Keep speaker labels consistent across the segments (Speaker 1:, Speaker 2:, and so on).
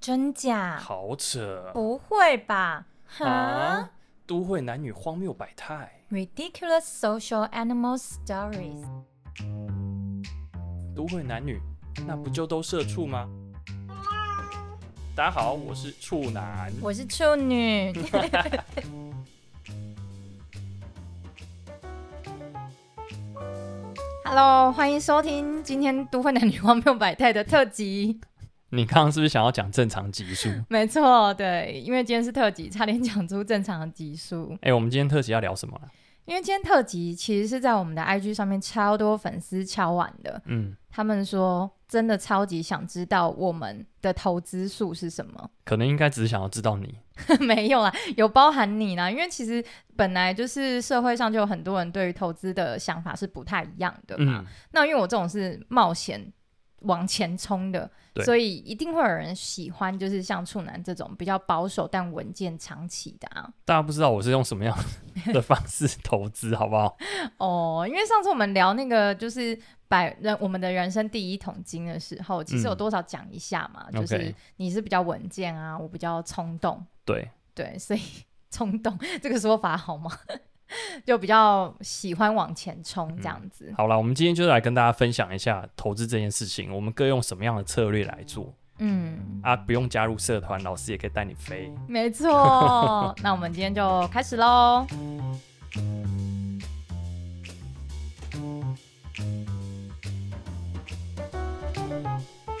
Speaker 1: 真假？
Speaker 2: 好扯
Speaker 1: 不会吧？哈、
Speaker 2: 啊！都会男女荒谬百态，
Speaker 1: r i d i c u l o u s social animal stories。
Speaker 2: 都会男女那不就都社畜吗？大家好，我是处男。
Speaker 1: 我是处 女，Hello，欢迎收听今天都会男女荒谬百态的特辑。
Speaker 2: 你刚刚是不是想要讲正常级 数？
Speaker 1: 没错，对，因为今天是特辑，差点讲出正常的级数。
Speaker 2: 哎、我们今天特辑要聊什么啊
Speaker 1: 因为今天特辑其实是在我们的 IG 上面超多粉丝敲碗的，
Speaker 2: 嗯，
Speaker 1: 他们说真的超级想知道我们的投资数是什么。
Speaker 2: 可能应该只是想要知道你。
Speaker 1: 没有啦，有包含你啦，因为其实本来就是社会上就有很多人对于投资的想法是不太一样的嘛。
Speaker 2: 嗯，
Speaker 1: 那因为我这种是冒险往前冲的
Speaker 2: 对，
Speaker 1: 所以一定会有人喜欢，就是像处男这种比较保守但稳健长期的啊。
Speaker 2: 大家不知道我是用什么样的方式投资，好不好？
Speaker 1: 哦，因为上次我们聊那个就是百人我们的人生第一桶金的时候，其实有
Speaker 2: 嗯
Speaker 1: 多少讲一下嘛， 就
Speaker 2: OK
Speaker 1: 是你是比较稳健啊，我比较冲动，
Speaker 2: 对，
Speaker 1: 对，所以 冲动这个说法好吗？ 就比较喜欢往前
Speaker 2: 嗯
Speaker 1: 冲这样子。
Speaker 2: 好啦，我们今天就来跟大家分享一下投资这件事情，我们各用什么样的策略来做
Speaker 1: 嗯，
Speaker 2: 啊？不用加入社团，老师也可以带你飞。
Speaker 1: 没 错。那我们今天就开始喽。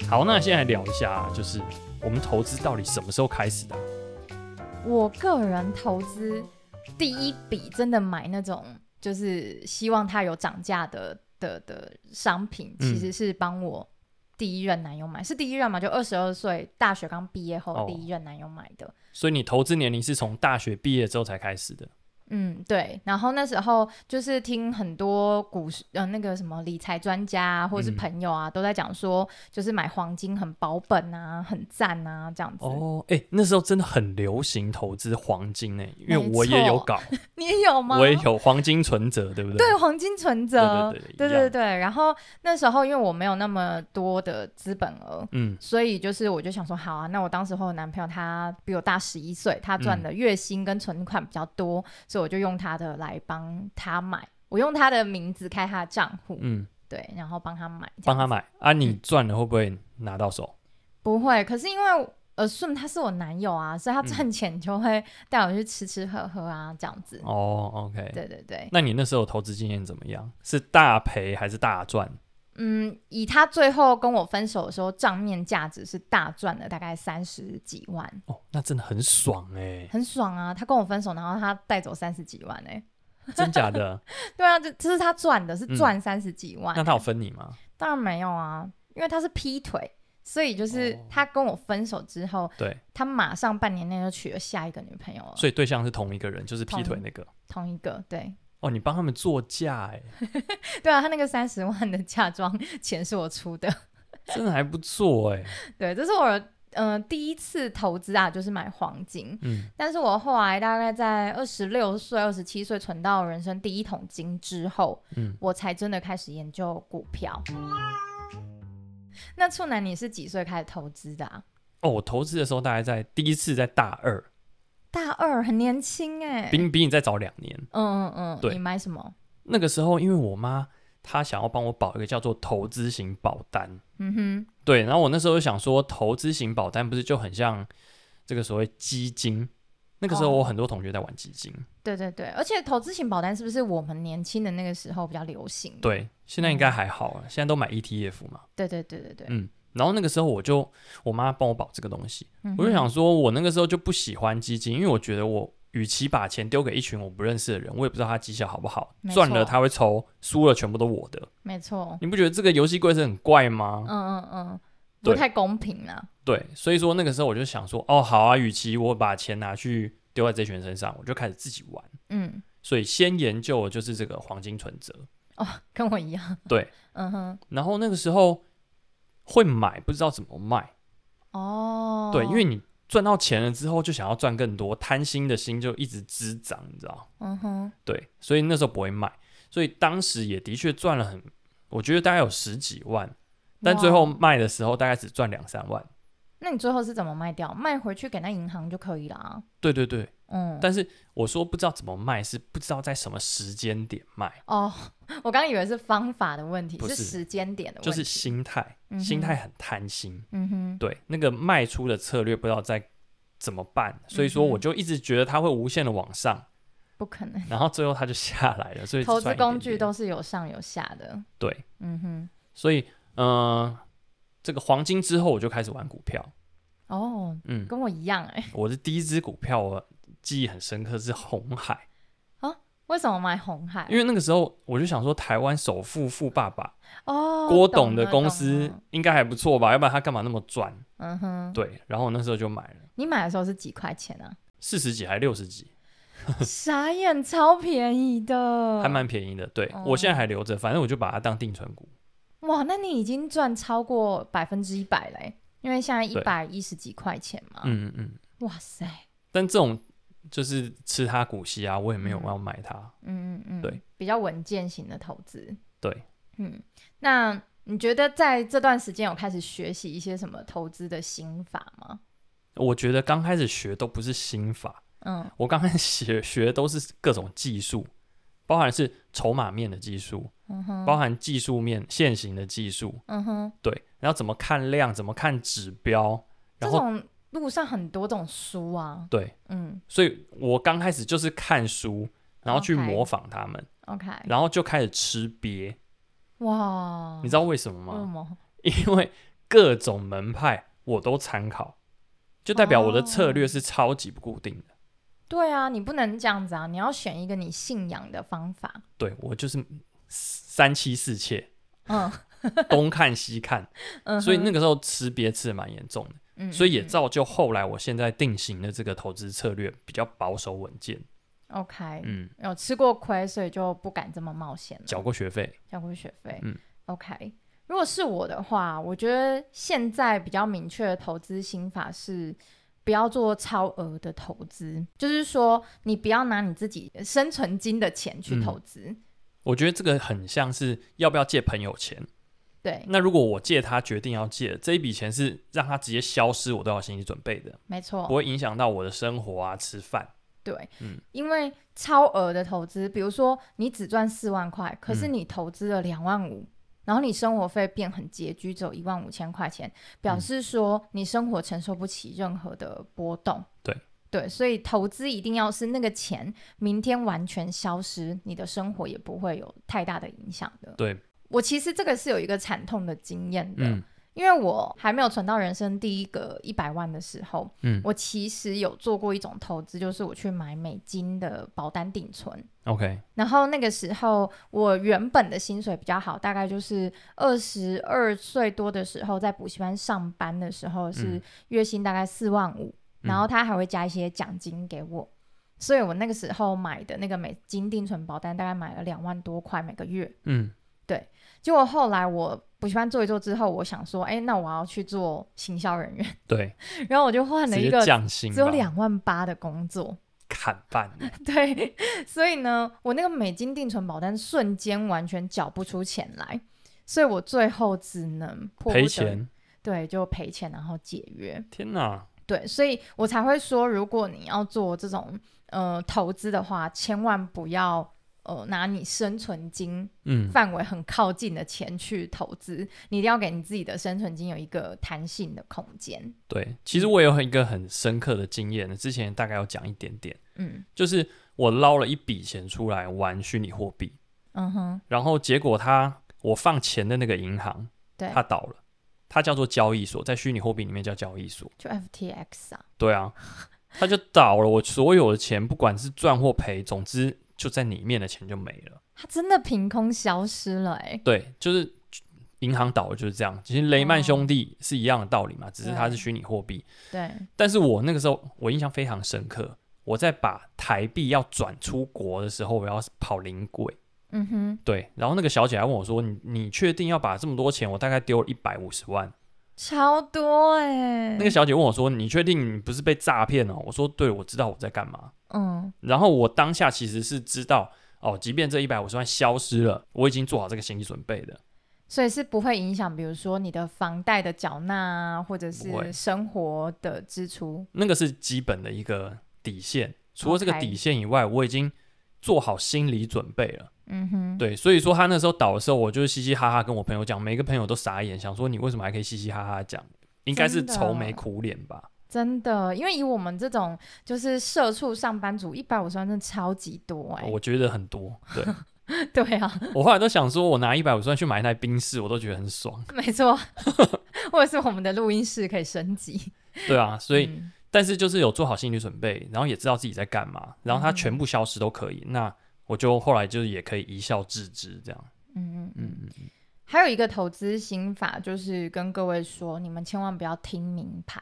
Speaker 2: 好，那现在聊一下，就是我们投资到底什么时候开始的啊、
Speaker 1: 我个人投资第一笔真的买那种，就是希望它有涨价的的的商品，
Speaker 2: 嗯
Speaker 1: 其实是帮我第一任男友买，是第一任嘛？就二十二岁大学刚毕业
Speaker 2: 哦
Speaker 1: 后第一任男友买的。
Speaker 2: 所以你投资年龄是从大学毕业之后才开始的。
Speaker 1: 嗯，对。然后那时候就是听很多股市呃那个什么理财专家啊，或者是
Speaker 2: 嗯
Speaker 1: 朋友啊，都在讲说，就是买黄金很保本啊，很赞啊，这样子。
Speaker 2: 哦，哎、那时候真的很流行投资黄金呢、因为
Speaker 1: 没
Speaker 2: 我也有
Speaker 1: 错
Speaker 2: 搞，
Speaker 1: 你也有吗？
Speaker 2: 我也有黄金存折，对不对？
Speaker 1: 对，黄金存折，
Speaker 2: 对对对
Speaker 1: 对
Speaker 2: 一样
Speaker 1: 对对然后那时候因为我没有那么多的资本额，
Speaker 2: 嗯，
Speaker 1: 所以就是我就想说，好啊，那我当时候的男朋友他比我大十一岁，他
Speaker 2: 嗯
Speaker 1: 赚的月薪跟存款比较多，所以我就用他的来帮他买，我用他的名字开他的账户，
Speaker 2: 嗯，
Speaker 1: 对，然后帮他买，这
Speaker 2: 帮
Speaker 1: 样
Speaker 2: 他
Speaker 1: 子
Speaker 2: 买啊，你
Speaker 1: 嗯
Speaker 2: 赚了会不会拿到手？
Speaker 1: 不会，可是因为。呃，顺他是我男友啊，所以他
Speaker 2: 嗯
Speaker 1: 赚钱就会 带我去吃吃喝喝啊，这样子。
Speaker 2: 哦，OK，
Speaker 1: 对对对，
Speaker 2: 那你那时候投资经验怎么样？是大赔还是大赚？
Speaker 1: 嗯，以他最后跟我分手的时候，账面价值是大赚了大概三十几万，
Speaker 2: 哦，那真的很爽哎、
Speaker 1: 很爽啊！他跟我分手，然后他带走三十几万哎、
Speaker 2: 真假的？
Speaker 1: 对啊，这这是他赚的，是
Speaker 2: 嗯
Speaker 1: 赚三十几万、
Speaker 2: 那他有分你吗？
Speaker 1: 当然没有啊，因为他是劈腿，所以就是
Speaker 2: 哦
Speaker 1: 他跟我分手之后，
Speaker 2: 对，
Speaker 1: 他马上半年内就娶了下一个女朋友了，
Speaker 2: 所以对象是同一个人，就是劈腿
Speaker 1: 同
Speaker 2: 那个。
Speaker 1: 同一个对。
Speaker 2: 哦，你帮他们做嫁哎、
Speaker 1: 对啊，他那个三十万的嫁妆 钱是我出的，
Speaker 2: 真的还不错哎、
Speaker 1: 对，这是我呃第一次投资啊，就是买黄金。
Speaker 2: 嗯，
Speaker 1: 但是我后来大概在二十六岁、二十七岁存到人生第一桶金之后，
Speaker 2: 嗯
Speaker 1: 我才真的开始研究股票。那处男，你是几岁开始投资的啊？
Speaker 2: 哦，我投资的时候大概在第一次在大二，
Speaker 1: 大二，很年轻哎、
Speaker 2: 比你比你再早两年。
Speaker 1: 嗯嗯嗯，
Speaker 2: 对
Speaker 1: 你买什么？
Speaker 2: 那个时候，因为我妈她想要帮我保一个叫做投资型保单，
Speaker 1: 嗯
Speaker 2: 对。然后我那时候就想说，投资型保单不是就很像这个所谓基金？那个时候
Speaker 1: 哦
Speaker 2: 我很多同学在玩基金，
Speaker 1: 哼，对对对，而且投资型保单是不是我们年轻的那个时候比较流行？
Speaker 2: 对。现在应该还好了，啊现在都买 ETF 嘛。
Speaker 1: 对对对对对，
Speaker 2: 嗯然后那个时候我就我妈帮我保这个东西，
Speaker 1: 嗯哼
Speaker 2: 我就想说，我那个时候就不喜欢基金，因为我觉得我与其把钱丢给一群我不认识的人，我也不知道他绩效好不好，
Speaker 1: 没
Speaker 2: 赚了
Speaker 1: 错
Speaker 2: 他会抽，输了全部都我的。
Speaker 1: 没错，
Speaker 2: 你不觉得这个游戏规则很怪吗？
Speaker 1: 嗯嗯嗯，
Speaker 2: 对
Speaker 1: 不太公平啦。
Speaker 2: 对，所以说那个时候我就想说，哦，好啊，与其我把钱拿去丢在这群人身上，我就开始自己玩。
Speaker 1: 嗯，
Speaker 2: 所以先研究的就是这个黄金存折，
Speaker 1: 跟我一样。
Speaker 2: 对，
Speaker 1: 嗯哼，
Speaker 2: 然后那个时候会买，不知道怎么卖。
Speaker 1: 哦，
Speaker 2: 对，因为你赚到钱了之后，就想要赚更多，贪心的心就一直滋长，你知道？
Speaker 1: 嗯哼，
Speaker 2: 对，所以那时候不会卖，所以当时也的确赚了很，
Speaker 1: 哦
Speaker 2: 我觉得大概有十几万，但最后卖的时候大概只赚两三万。
Speaker 1: 那你最后是怎么卖掉？卖回去给那银行就可以啦。
Speaker 2: 对对对，
Speaker 1: 嗯，
Speaker 2: 但是我说不知道怎么卖，是不知道在什么时间点卖，
Speaker 1: 哦， 我刚以为是方法的问题，
Speaker 2: 不是
Speaker 1: 时间点的问
Speaker 2: 就
Speaker 1: 题，
Speaker 2: 是心态，
Speaker 1: 嗯哼
Speaker 2: 心态很贪心。
Speaker 1: 嗯哼，
Speaker 2: 对，那个卖出的策略不知道在怎么办，所以说
Speaker 1: 嗯哼
Speaker 2: 我就一直觉得它会无限的往上，
Speaker 1: 不可能，
Speaker 2: 然后最后它就下来了。所以只
Speaker 1: 投资
Speaker 2: 赚一
Speaker 1: 工
Speaker 2: 点
Speaker 1: 具
Speaker 2: 点
Speaker 1: 都是有上有下的。
Speaker 2: 对，
Speaker 1: 嗯哼，
Speaker 2: 所以嗯、呃这个黄金之后我就开始玩股票。
Speaker 1: 哦，
Speaker 2: 嗯，
Speaker 1: 跟我一样哎、
Speaker 2: 我的第一只股票我记忆很深刻是红海，
Speaker 1: 为什么买红海？
Speaker 2: 因为那个时候我就想说台湾首富富爸爸
Speaker 1: 哦，
Speaker 2: 郭
Speaker 1: 懂
Speaker 2: 董的
Speaker 1: 了
Speaker 2: 公
Speaker 1: 懂
Speaker 2: 司
Speaker 1: 了
Speaker 2: 应该还不错吧，要不然他干嘛那么赚？
Speaker 1: 嗯哼，
Speaker 2: 对，然后我那时候就买了
Speaker 1: 你买的时候是几块钱啊？
Speaker 2: 四十几还六十几，
Speaker 1: 傻眼，超便宜的，
Speaker 2: 还蛮便宜的。
Speaker 1: 哦
Speaker 2: 对我现在还留着，反正我就把它当定存股。
Speaker 1: 哇，那你已经赚超过百分之一百嘞、因为现在一
Speaker 2: 对
Speaker 1: 百一十几块钱嘛。
Speaker 2: 嗯嗯嗯，
Speaker 1: 哇塞，
Speaker 2: 但这种就是吃它股息啊，我也没有
Speaker 1: 嗯
Speaker 2: 要买它。
Speaker 1: 嗯嗯嗯，
Speaker 2: 对，
Speaker 1: 比较稳健型的投资。
Speaker 2: 对，
Speaker 1: 嗯，那你觉得在这段时间有开始学习一些什么投资的心法吗？
Speaker 2: 我觉得刚开始学都不是心法，
Speaker 1: 嗯
Speaker 2: 我刚开始学学都是各种技术，包含是筹码面的技术，
Speaker 1: 嗯哼，
Speaker 2: 包含技术面现行的技术，
Speaker 1: 嗯哼，
Speaker 2: 对，然后怎么看量，怎么看指标，
Speaker 1: 这
Speaker 2: 然后
Speaker 1: 种路上很多这种书啊。
Speaker 2: 对，
Speaker 1: 嗯
Speaker 2: 所以我刚开始就是看书，然后去
Speaker 1: 哦 OK 哎
Speaker 2: 模仿他们
Speaker 1: ，OK，
Speaker 2: 然后就开始吃瘪，
Speaker 1: 哦哇，
Speaker 2: 你知道为什么
Speaker 1: 为什
Speaker 2: 吗？
Speaker 1: 么？
Speaker 2: 因为各种门派我都参考，就代表我的策
Speaker 1: 哦
Speaker 2: 略是超级不固定的。
Speaker 1: 对啊，你不能这样子啊，你要选一个你信仰的方法。
Speaker 2: 对我就是三妻四妾，
Speaker 1: 嗯
Speaker 2: 东看西看，
Speaker 1: 嗯哼，
Speaker 2: 所以那个时候吃瘪吃的蛮严重的。
Speaker 1: 嗯，
Speaker 2: 所以也
Speaker 1: 嗯
Speaker 2: 造就后来我现在定型的这个投资策略比较保守稳健，
Speaker 1: 嗯 OK，
Speaker 2: 嗯，
Speaker 1: 有吃过亏，所以就不敢这么冒险了，
Speaker 2: 缴过学费，
Speaker 1: 交过学费。
Speaker 2: 嗯
Speaker 1: ，OK。如果是我的话，我觉得现在比较明确的投资心法是。不要做超额的投资，就是说你不要拿你自己生存金的钱去
Speaker 2: 嗯
Speaker 1: 投资，
Speaker 2: 我觉得这个很像是要不要借朋友钱。
Speaker 1: 对，
Speaker 2: 那如果我借他决定要借这一笔钱是让他直接消失，我都要心理准备的，
Speaker 1: 没错，
Speaker 2: 不会影响到我的生活啊、吃饭。
Speaker 1: 对，
Speaker 2: 嗯
Speaker 1: 因为超额的投资，比如说你只赚四万块，可是
Speaker 2: 嗯
Speaker 1: 你投资了两万五、然后你生活费变很拮据，只有一万五千块钱，表
Speaker 2: 嗯
Speaker 1: 示说你生活承受不起任何的波动。
Speaker 2: 对
Speaker 1: 对，所以投资一定要是那个钱明天完全消失，你的生活也不会有太大的影响的。
Speaker 2: 对，
Speaker 1: 我其实这个是有一个惨痛的经验的，
Speaker 2: 嗯
Speaker 1: 因为我还没有存到人生第一个一百万的时候，
Speaker 2: 嗯
Speaker 1: 我其实有做过一种投资，就是我去买美金的保单定存。
Speaker 2: ，OK，
Speaker 1: 然后那个时候，我原本的薪水比较好，大概就是二十二岁多的时候，在补习班上班的时候是
Speaker 2: 嗯
Speaker 1: 月薪大概四万五、
Speaker 2: 嗯
Speaker 1: 然后他还会加一些奖金给我，所以我那个时候买的那个美金定存保单大概买了两万多块每个月，
Speaker 2: 嗯
Speaker 1: 结果后来我补习班做一做之后，我想说，哎，那我要去做行销人员，
Speaker 2: 对，
Speaker 1: 然后我就换了
Speaker 2: 直
Speaker 1: 一
Speaker 2: 接
Speaker 1: 个
Speaker 2: 降薪吧，
Speaker 1: 只有两万八的工作。
Speaker 2: 砍半，
Speaker 1: 对，所以呢，我那个美金定存保单瞬间完全缴不出钱来，所以我最后只能迫不
Speaker 2: 赔
Speaker 1: 得，
Speaker 2: 钱，
Speaker 1: 对，就赔钱，然后解约。
Speaker 2: 天哪！
Speaker 1: 对，所以我才会说，如果你要做这种呃投资的话，千万不要呃拿你生存金
Speaker 2: 嗯，
Speaker 1: 范围很靠近的钱去投资，你一定要给你自己的生存金有一个弹性的空间。
Speaker 2: 对，其实我有一个很深刻的经验，之前大概有讲一点点，
Speaker 1: 嗯
Speaker 2: 就是我捞了一笔钱出来玩虚拟货币，
Speaker 1: 嗯哼，
Speaker 2: 然后结果他我放钱的那个银行，
Speaker 1: 对
Speaker 2: 它倒了，它叫做交易所，在虚拟货币里面叫交易所。
Speaker 1: 就 FTX 啊，
Speaker 2: 对啊， 它就倒了，我所有的钱不管是赚或赔，总之就在里面的钱就没了。
Speaker 1: 它真的凭空消失了哎、
Speaker 2: 对，就是银行倒了就是这样。其实雷曼
Speaker 1: 哦
Speaker 2: 兄弟是一样的道理嘛，只是它是
Speaker 1: 对
Speaker 2: 虚拟货币。
Speaker 1: 对，
Speaker 2: 但是我那个时候我印象非常深刻，我在把台币要转出国的时候，我要跑临柜。
Speaker 1: 嗯哼，
Speaker 2: 对，然后那个小姐还问我说：“你你确定要把这么多钱？我大概丢了一百五十万。
Speaker 1: 超多哎、
Speaker 2: 那个小姐问我说：“你确定你不是被诈骗哦？”我说：“对，我知道我在干嘛。
Speaker 1: 嗯”
Speaker 2: 然后我当下其实是知道哦，即便这一百五十万消失了，我已经做好这个心理准备的。
Speaker 1: 所以是不会影响，比如说你的房贷的缴纳啊，或者
Speaker 2: 不会
Speaker 1: 是生活的支出。
Speaker 2: 那个是基本的一个底线。除了这个
Speaker 1: OK
Speaker 2: 底线以外，我已经做好心理准备了。
Speaker 1: 嗯哼，
Speaker 2: 对，所以说他那时候倒的时候，我就是嘻嘻哈哈跟我朋友讲，每个朋友都傻眼，想说你为什么还可以嘻嘻哈哈讲？应该是
Speaker 1: 真的
Speaker 2: 愁眉苦脸吧？
Speaker 1: 真的，因为以我们这种就是社畜上班族，一百五十万真的超级多哎、
Speaker 2: 我觉得很多。对
Speaker 1: 对啊，
Speaker 2: 我后来都想说，我拿一百五十万去买一台宾士，我都觉得很爽。
Speaker 1: 没错，或者是我们的录音室可以升级。
Speaker 2: 对啊，所以、
Speaker 1: 嗯
Speaker 2: 但是就是有做好心理准备，然后也知道自己在干嘛，然
Speaker 1: 嗯
Speaker 2: 后它全部消失都可以。那我就后来就是也可以一笑置之这样。
Speaker 1: 嗯嗯嗯。
Speaker 2: 嗯，
Speaker 1: 还有一个投资心法，就是跟各位说，你们千万不要听名牌，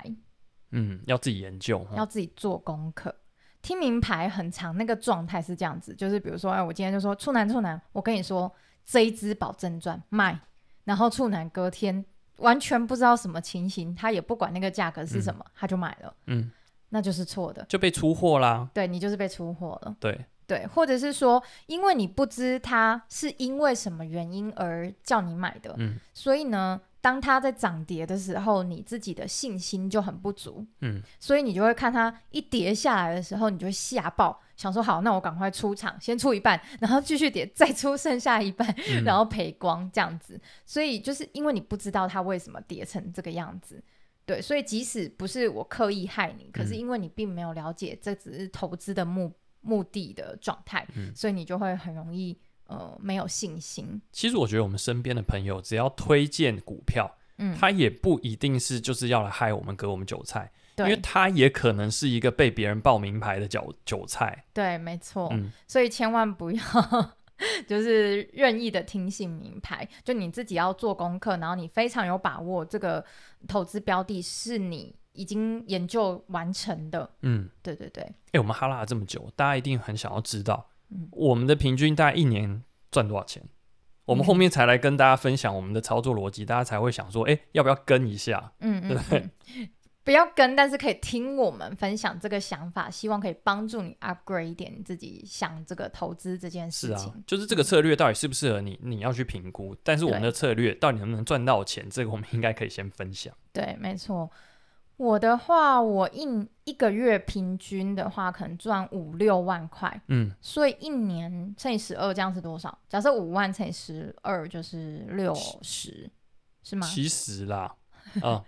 Speaker 2: 嗯，要自己研究。嗯
Speaker 1: 要自己做功课。听名牌很长，那个状态是这样子，就是比如说，哎，我今天就说处男处男，我跟你说这一支保证赚卖，然后处男隔天完全不知道什么情形，他也不管那个价格是什么，他就买了，
Speaker 2: 嗯，
Speaker 1: 那就是错的，
Speaker 2: 就被出货啦。
Speaker 1: 对你就是被出货了。
Speaker 2: 对，
Speaker 1: 对，或者是说，因为你不知它是因为什么原因而叫你买的，
Speaker 2: 嗯
Speaker 1: 所以呢，当它在涨跌的时候，你自己的信心就很不足，
Speaker 2: 嗯，
Speaker 1: 所以你就会看它一跌下来的时候，你就会吓爆，想说好，那我赶快出场，先出一半，然后继续跌，再出剩下一半，
Speaker 2: 嗯
Speaker 1: 然后赔光这样子。所以就是因为你不知道它为什么跌成这个样子。对，所以即使不是我刻意害你，可是
Speaker 2: 嗯
Speaker 1: 因为你并没有了解，这只是投资的目目的的状态，
Speaker 2: 嗯
Speaker 1: 所以你就会很容易呃没有信心。
Speaker 2: 其实我觉得我们身边的朋友，只要推荐股票，
Speaker 1: 嗯，
Speaker 2: 他也不一定是就是要来害我们割我们韭菜，因为
Speaker 1: 对
Speaker 2: 他也可能是一个被别人报名牌的韭韭菜。
Speaker 1: 对，没错。
Speaker 2: 嗯，
Speaker 1: 所以千万不要 就是任意的听信名牌，就你自己要做功课，然后你非常有把握，这个投资标的是你已经研究完成的。
Speaker 2: 嗯，
Speaker 1: 对对对，
Speaker 2: 哎、我们哈拉了这么久，大家一定很想要知道，
Speaker 1: 嗯
Speaker 2: 我们的平均大概一年赚多少钱。我们后面才来跟大家分享我们的操作逻辑，大家才会想说，哎、要不要跟一下？
Speaker 1: 嗯嗯
Speaker 2: 对
Speaker 1: 嗯。不要跟，但是可以听我们分享这个想法，希望可以帮助你 upgrade 一点你自己想这个投资这件
Speaker 2: 是
Speaker 1: 事情
Speaker 2: 啊。，就是这个策略到底适不适合你，你要去评估。但是我们的策略到底能不能赚到钱，这个我们应该可以先分享。
Speaker 1: 对，没错。我的话，我一一个月平均的话，可能赚五六万块，
Speaker 2: 嗯，
Speaker 1: 所以一年乘以十二，这样是多少？假设五万乘以十二就是六十，是吗？
Speaker 2: 其 实啦，啊、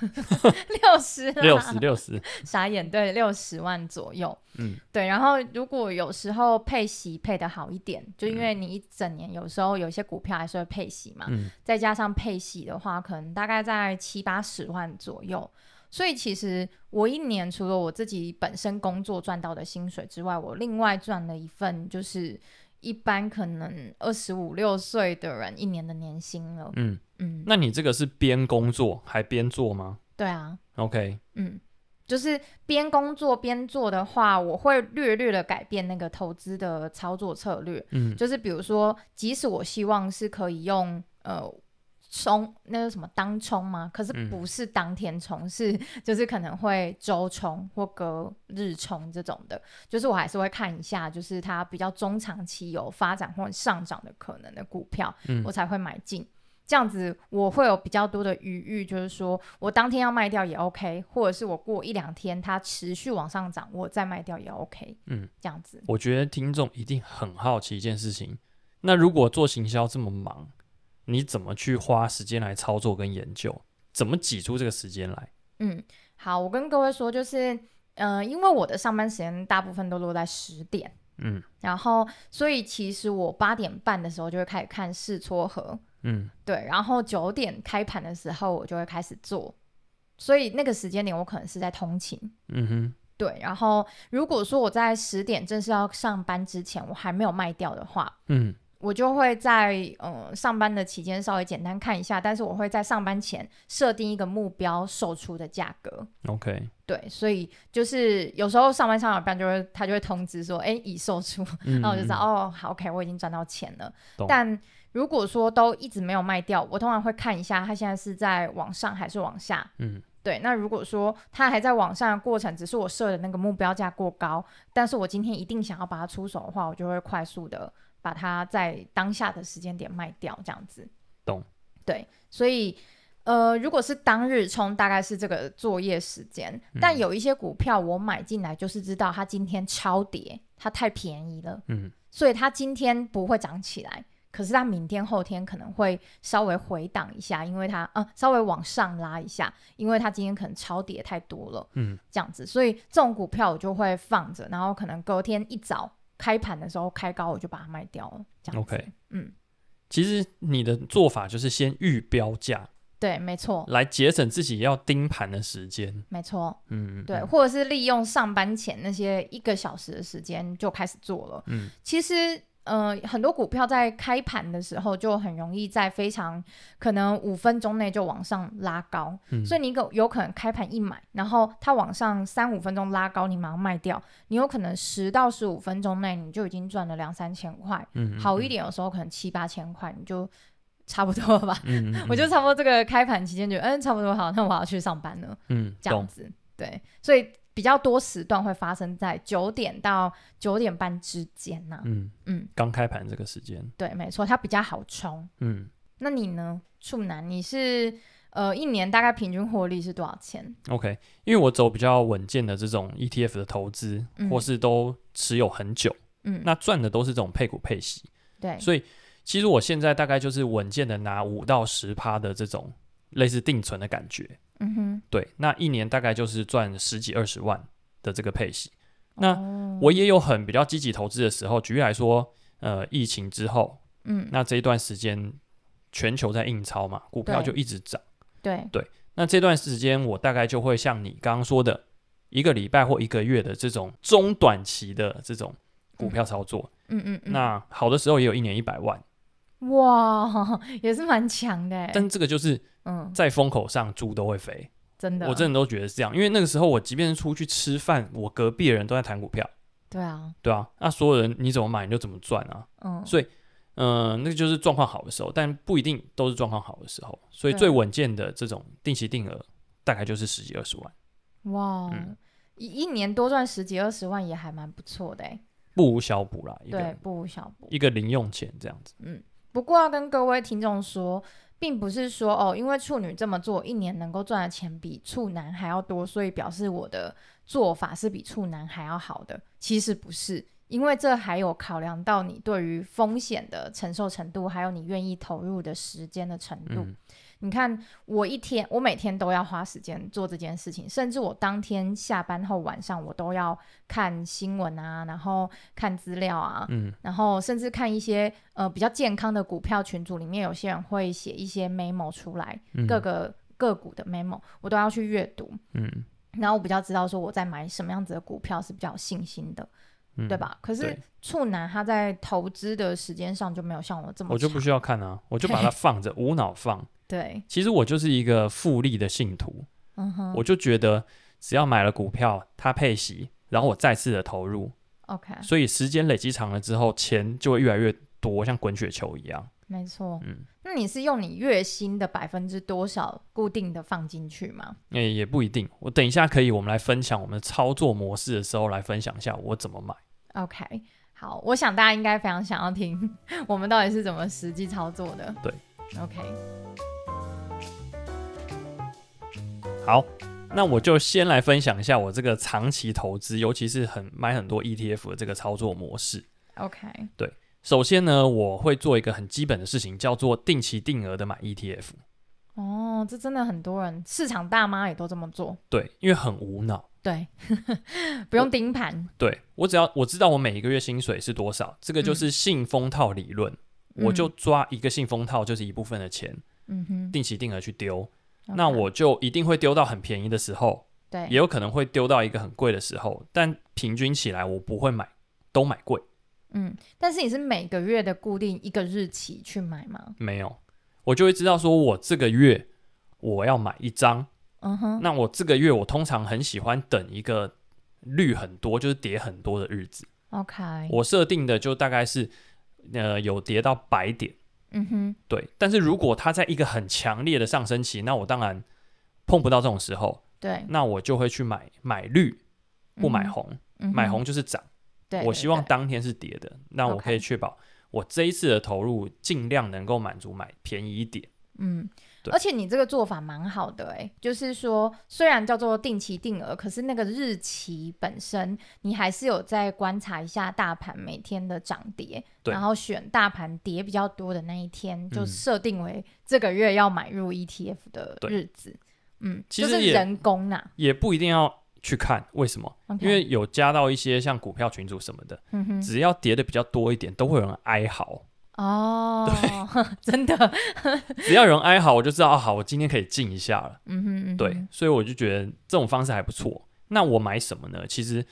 Speaker 1: 六十，啊
Speaker 2: 六十，六十，
Speaker 1: 傻眼，对，六十万左右。
Speaker 2: 嗯，
Speaker 1: 对，然后如果有时候配息配的好一点，就
Speaker 2: 嗯
Speaker 1: 因为你一整年有时候有些股票还是会配息嘛，
Speaker 2: 嗯
Speaker 1: 再加上配息的话，可能大概在七八十万左右。所以其实我一年除了我自己本身工作赚到的薪水之外，我另外赚了一份，就是一般可能二十五六岁的人一年的年薪了。
Speaker 2: 嗯。
Speaker 1: 嗯，
Speaker 2: 那你这个是边工作还边做吗
Speaker 1: 对啊，
Speaker 2: ？OK，
Speaker 1: 嗯，就是边工作边做的话，我会略略的改变那个投资的操作策略。
Speaker 2: 嗯
Speaker 1: 就是比如说，即使我希望是可以用呃冲那个什么当冲吗？可是
Speaker 2: 嗯
Speaker 1: 不是当天冲，是就是可能会周冲或隔日冲这种的，就是我还是会看一下，就是它比较中长期有发展或上涨的可能的股票，
Speaker 2: 嗯
Speaker 1: 我才会买进。这样子我会有比较多的余裕，就是说我当天要卖掉也 OK，或者是我过一两天它持续往上涨，我再卖掉也 OK。
Speaker 2: 嗯，
Speaker 1: 这样子，
Speaker 2: 我觉得听众一定很好奇一件事情，那如果做行销这么忙，你怎么去花时间来操作跟研究？怎么挤出这个时间来？
Speaker 1: 嗯，好，我跟各位说，就是，嗯、因为我的上班时间大部分都落在十点，
Speaker 2: 嗯
Speaker 1: 然后，所以其实我八点半的时候就会开始看试撮合，
Speaker 2: 嗯
Speaker 1: 对，然后九点开盘的时候我就会开始做，所以那个时间点我可能是在通勤，
Speaker 2: 嗯哼
Speaker 1: 对，然后如果说我在十点正式要上班之前我还没有卖掉的话，
Speaker 2: 嗯
Speaker 1: 我就会在呃上班的期间稍微简单看一下，但是我会在上班前设定一个目标售出的价格，
Speaker 2: ，OK，
Speaker 1: 对，所以就是有时候上班上到一半就会他就会通知说，哎、已售出，
Speaker 2: 嗯，
Speaker 1: 那我就知道、
Speaker 2: 嗯
Speaker 1: 哦，好，OK，我已经赚到钱了
Speaker 2: 懂。
Speaker 1: 但如果说都一直没有卖掉，我通常会看一下它现在是在往上还是往下。
Speaker 2: 嗯
Speaker 1: 对，那如果说它还在往上的过程，只是我设的那个目标价过高，但是我今天一定想要把它出手的话，我就会快速的把它在当下的时间点卖掉，这样子。
Speaker 2: 懂。
Speaker 1: 对，所以呃，如果是当日冲，大概是这个作业时间。
Speaker 2: 嗯
Speaker 1: 但有一些股票我买进来就是知道它今天超跌，它太便宜了，
Speaker 2: 嗯，
Speaker 1: 所以它今天不会涨起来。可是它明天、后天可能会稍微回档一下，因为它呃稍微往上拉一下，因为它今天可能超跌太多了，
Speaker 2: 嗯，
Speaker 1: 这样子，所以这种股票我就会放着，然后可能隔天一早开盘的时候开高，我就把它卖掉了，这样子。
Speaker 2: OK
Speaker 1: 嗯，
Speaker 2: 其实你的做法就是先预标价，
Speaker 1: 对，没错，
Speaker 2: 来节省自己要盯盘的时间。
Speaker 1: 没错。
Speaker 2: 嗯，嗯
Speaker 1: 对，
Speaker 2: 嗯
Speaker 1: 或者是利用上班前那些一个小时的时间就开始做了。
Speaker 2: 嗯，
Speaker 1: 其实。呃，很多股票在开盘的时候就很容易在非常可能五分钟内就往上拉高，
Speaker 2: 嗯
Speaker 1: 所以你有有可能开盘一买，然后它往上三五分钟拉高，你马上卖掉，你有可能十到十五分钟内你就已经赚了两三千块，
Speaker 2: 嗯，嗯
Speaker 1: 好一，点有时候可能七八千块，你就差不多了吧。
Speaker 2: 嗯，嗯嗯
Speaker 1: 我就差不多这个开盘期间就嗯差不多好，那我要去上班了。
Speaker 2: 嗯
Speaker 1: 这样
Speaker 2: 懂，
Speaker 1: 子。对，所以比较多时段会发生在九点到九点半之间呐、
Speaker 2: 嗯
Speaker 1: 嗯
Speaker 2: 嗯，刚开盘这个时间，
Speaker 1: 对，没错，它比较好冲。
Speaker 2: 嗯，
Speaker 1: 那你呢，处男？你是呃一年大概平均获利是多少钱？
Speaker 2: OK，因为我走比较稳健的这种 ETF 的投资，
Speaker 1: 嗯
Speaker 2: 或是都持有很久，
Speaker 1: 嗯，
Speaker 2: 那赚的都是这种配股配息，
Speaker 1: 对，
Speaker 2: 所以其实我现在大概就是稳健的拿五到十趴的这种类似定存的感觉，
Speaker 1: 嗯哼，
Speaker 2: 对，那一年大概就是赚十几二十万的这个配息。那
Speaker 1: 哦
Speaker 2: 我也有很比较积极投资的时候，举例来说，呃，疫情之后，
Speaker 1: 嗯
Speaker 2: 那这一段时间全球在印钞嘛，股票
Speaker 1: 对
Speaker 2: 就一直涨。
Speaker 1: 对，
Speaker 2: 那这段时间我大概就会像你刚刚说的，一个礼拜或一个月的这种中短期的这种股票操作。
Speaker 1: 嗯嗯嗯，
Speaker 2: 那好的时候也有一年一百万，
Speaker 1: 哇 也是蛮强的欸，
Speaker 2: 但这个就是
Speaker 1: 嗯，
Speaker 2: 在风口上猪都会飞，
Speaker 1: 真的，啊
Speaker 2: 我真的都觉得是这样。因为那个时候我即便是出去吃饭，我隔壁的人都在谈股票，
Speaker 1: 对啊，
Speaker 2: 对啊，那所有人你怎么买你就怎么赚啊。
Speaker 1: 嗯，
Speaker 2: 所以，嗯、那个就是状况好的时候，但不一定都是状况好的时候。所以
Speaker 1: 对
Speaker 2: 最稳健的这种定期定额大概就是十几二十万，
Speaker 1: 哇
Speaker 2: 嗯，
Speaker 1: 一一年多赚十几二十万也还蛮不错的欸，
Speaker 2: 不无小补啦，一
Speaker 1: 对，
Speaker 2: 个
Speaker 1: 不无小补。
Speaker 2: 一个零用钱这样子。
Speaker 1: 不过要跟各位听众说，并不是说哦，因为处女这么做，一年能够赚的钱比处男还要多，所以表示我的做法是比处男还要好的。其实不是，因为这还有考量到你对于风险的承受程度，还有你愿意投入的时间的程度。
Speaker 2: 嗯
Speaker 1: 你看，我一天，我每天都要花时间做这件事情，甚至我当天下班后晚上，我都要看新闻啊，然后看资料啊，
Speaker 2: 嗯
Speaker 1: 然后甚至看一些呃比较健康的股票群组里面，有些人会写一些 memo 出来，
Speaker 2: 嗯，
Speaker 1: 各个个股的 memo，我都要去阅读，
Speaker 2: 嗯
Speaker 1: 然后我比较知道说我在买什么样子的股票是比较有信心的，
Speaker 2: 嗯
Speaker 1: 对？吧？可是
Speaker 2: 对
Speaker 1: 处男他在投资的时间上就没有像我这么
Speaker 2: 我就
Speaker 1: 长
Speaker 2: 不需要看啊，我就把它放着，无脑放。
Speaker 1: 对，
Speaker 2: 其实我就是一个复利的信徒，
Speaker 1: 嗯哼
Speaker 2: 我就觉得只要买了股票，它配息，然后我再次的投入，
Speaker 1: ，OK，
Speaker 2: 所以时间累积长了之后，钱就会越来越多，像滚雪球一样。
Speaker 1: 没错。
Speaker 2: 嗯，
Speaker 1: 那你是用你月薪的百分之多少固定的放进去吗？
Speaker 2: 诶、也不一定。我等一下可以，我们来分享我们的操作模式的时候，来分享一下我怎么买。
Speaker 1: OK，好，我想大家应该非常想要听 我们到底是怎么实际操作的。
Speaker 2: 对
Speaker 1: ，OK，
Speaker 2: 好，那我就先来分享一下我这个长期投资，尤其是很买很多 ETF 的这个操作模式。
Speaker 1: OK，
Speaker 2: 首先呢，我会做一个很基本的事情，叫做定期定额的买 E ETF。
Speaker 1: 哦，这真的很多人，市场大妈也都这么做。
Speaker 2: 对，因为很无脑。
Speaker 1: 对， 不用盯盘。
Speaker 2: 对我只要我知道我每一个月薪水是多少，这个
Speaker 1: 嗯
Speaker 2: 就是信封套理论，我就抓一个信封套，就是一部分的钱，
Speaker 1: 嗯哼，
Speaker 2: 定期定额去丢。
Speaker 1: OK，
Speaker 2: 那我就一定会丢到很便宜的时候，
Speaker 1: 对
Speaker 2: 也有可能会丢到一个很贵的时候，但平均起来我不会买都买贵，
Speaker 1: 嗯，但是你是每个月的固定一个日期去买吗？
Speaker 2: 没有，我就会知道说我这个月我要买一张，
Speaker 1: 嗯哼，
Speaker 2: 那我这个月我通常很喜欢等一个绿很多，就是跌很多的日子，
Speaker 1: ，OK，
Speaker 2: 我设定的就大概是呃有跌到百点，
Speaker 1: 嗯哼，
Speaker 2: 对，但是如果它在一个很强烈的上升期，那我当然碰不到这种时候，
Speaker 1: 对，
Speaker 2: 那我就会去买买绿不买红，
Speaker 1: 嗯哼
Speaker 2: 买，红就是涨。
Speaker 1: 对，
Speaker 2: 我
Speaker 1: 对
Speaker 2: 希望
Speaker 1: 对
Speaker 2: 当天是跌的，那我可以
Speaker 1: OK
Speaker 2: 确保我这一次的投入尽量能够满足买便宜一点。
Speaker 1: 嗯，
Speaker 2: 对
Speaker 1: 而且你这个做法蛮好的哎、就是说虽然叫做定期定额，可是那个日期本身你还是有在观察一下大盘每天的涨跌，
Speaker 2: 对
Speaker 1: 然后选大盘跌比较多的那一天，就
Speaker 2: 嗯
Speaker 1: 设定为这个月要买入 ETF 的日子。嗯，
Speaker 2: 其
Speaker 1: 就
Speaker 2: 实
Speaker 1: 是
Speaker 2: 也
Speaker 1: 人工呐、
Speaker 2: 也不一定要去看，为什么？
Speaker 1: OK
Speaker 2: 因为有加到一些像股票群组什么的，
Speaker 1: 嗯哼，
Speaker 2: 只要跌的比较多一点，都会有人哀嚎。
Speaker 1: 哦，真的，
Speaker 2: 只要有人哀嚎，我就知道，哦，好，我今天可以静一下了。
Speaker 1: 嗯哼，嗯哼
Speaker 2: 对，，所以我就觉得这种方式还不错。那我买什么呢？其实